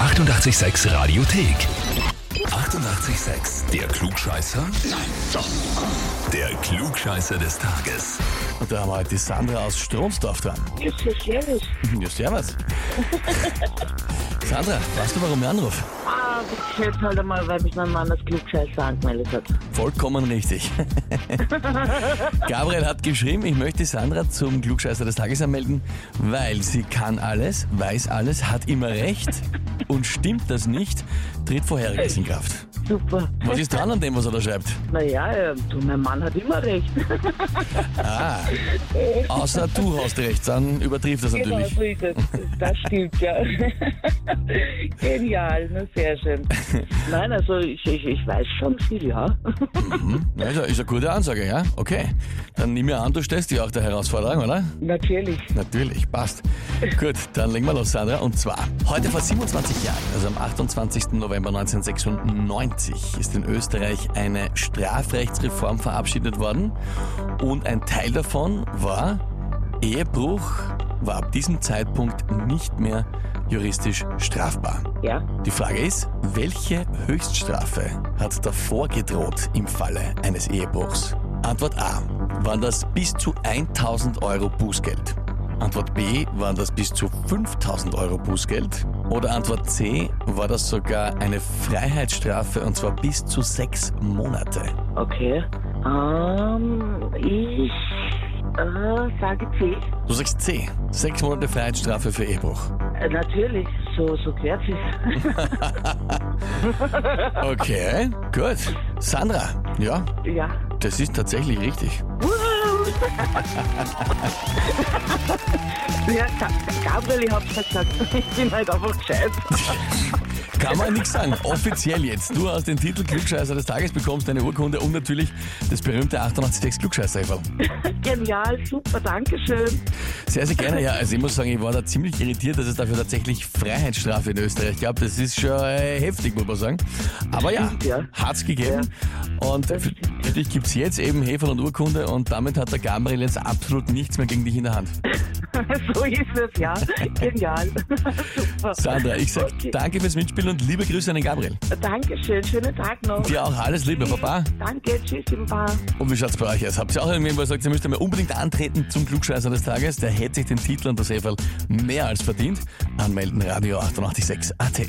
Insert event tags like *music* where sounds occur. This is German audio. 886 Radiothek. 88,6. Der Klugscheißer? Nein, doch. Der Klugscheißer des Tages. Und da haben wir heute die Sandra aus Stronsdorf dran. *laughs* Grüß dich, Servus. Ja, *laughs* servus. Sandra, weißt du, warum ich anrufe? Ah, ich schätze halt einmal, weil mich mein Mann als Klugscheißer angemeldet hat. Vollkommen *laughs* richtig. Gabriel hat geschrieben, ich möchte Sandra zum Klugscheißer des Tages anmelden, weil sie kann alles, weiß alles, hat immer recht und stimmt das nicht, tritt vorheriges in Kraft. Super. Was ist dran an dem, was er da schreibt? Naja, äh, du, mein Mann hat immer recht. Ah, außer du hast recht, dann übertrifft das Genau, natürlich. so ist es. Das stimmt, ja. *laughs* Genial, ne? sehr schön. Nein, also ich, ich, ich weiß schon viel, ja. Ja, ist, eine, ist eine gute Ansage, ja? Okay. Dann nimm mir an, du stellst dir auch der Herausforderung, oder? Natürlich. Natürlich, passt. Gut, dann legen wir los, Sandra. Und zwar, heute vor 27 Jahren, also am 28. November 1996, ist in Österreich eine Strafrechtsreform verabschiedet worden. Und ein Teil davon war, Ehebruch war ab diesem Zeitpunkt nicht mehr juristisch strafbar. Ja. Die Frage ist, welche Höchststrafe hat davor gedroht im Falle eines Ehebruchs? Antwort A. Waren das bis zu 1000 Euro Bußgeld? Antwort B. Waren das bis zu 5000 Euro Bußgeld? Oder Antwort C. War das sogar eine Freiheitsstrafe und zwar bis zu sechs Monate? Okay. Ähm, ich äh, sage C. Du sagst C. Sechs Monate Freiheitsstrafe für Ehebruch. Äh, natürlich, so, so gehört sich. Okay, gut. Sandra, ja, *laughs* Ja. das ist tatsächlich richtig. *laughs* Ja, Ga- Gabriel, ich hab's ja gesagt. *laughs* Ich bin halt einfach gescheit. Kann man nichts sagen. Offiziell jetzt. Du hast den Titel Klugscheißer des Tages, bekommst deine Urkunde und natürlich das berühmte 886 klugscheißer -Eferl. Genial, super, Dankeschön. *laughs* Sehr, sehr gerne. Ja, also ich muss sagen, ich war da ziemlich irritiert, dass es dafür tatsächlich Freiheitsstrafe in Österreich gab. Das ist schon äh, heftig, muss man sagen. Aber ja, Stimmt, ja. hat's gegeben. Und äh, für, für dich gibt's jetzt eben Heferl und Urkunde und damit hat der Gabriel jetzt absolut nichts mehr gegen dich in der Hand. So ist es, ja. Genial. *laughs* Super. Sandra, ich sag Okay. danke fürs Mitspielen und liebe Grüße an den Gabriel. Dankeschön, schönen Tag noch. Dir auch alles Liebe, Baba. Danke, tschüss, im Paar. Und wie schaut's bei euch aus? Habt ihr auch irgendwen, wo ihr sagt, ihr müsst einmal unbedingt antreten zum Klugscheißer des Tages? Der hätte sich den Titel und das Everl mehr als verdient. Anmelden Radio 886 AT.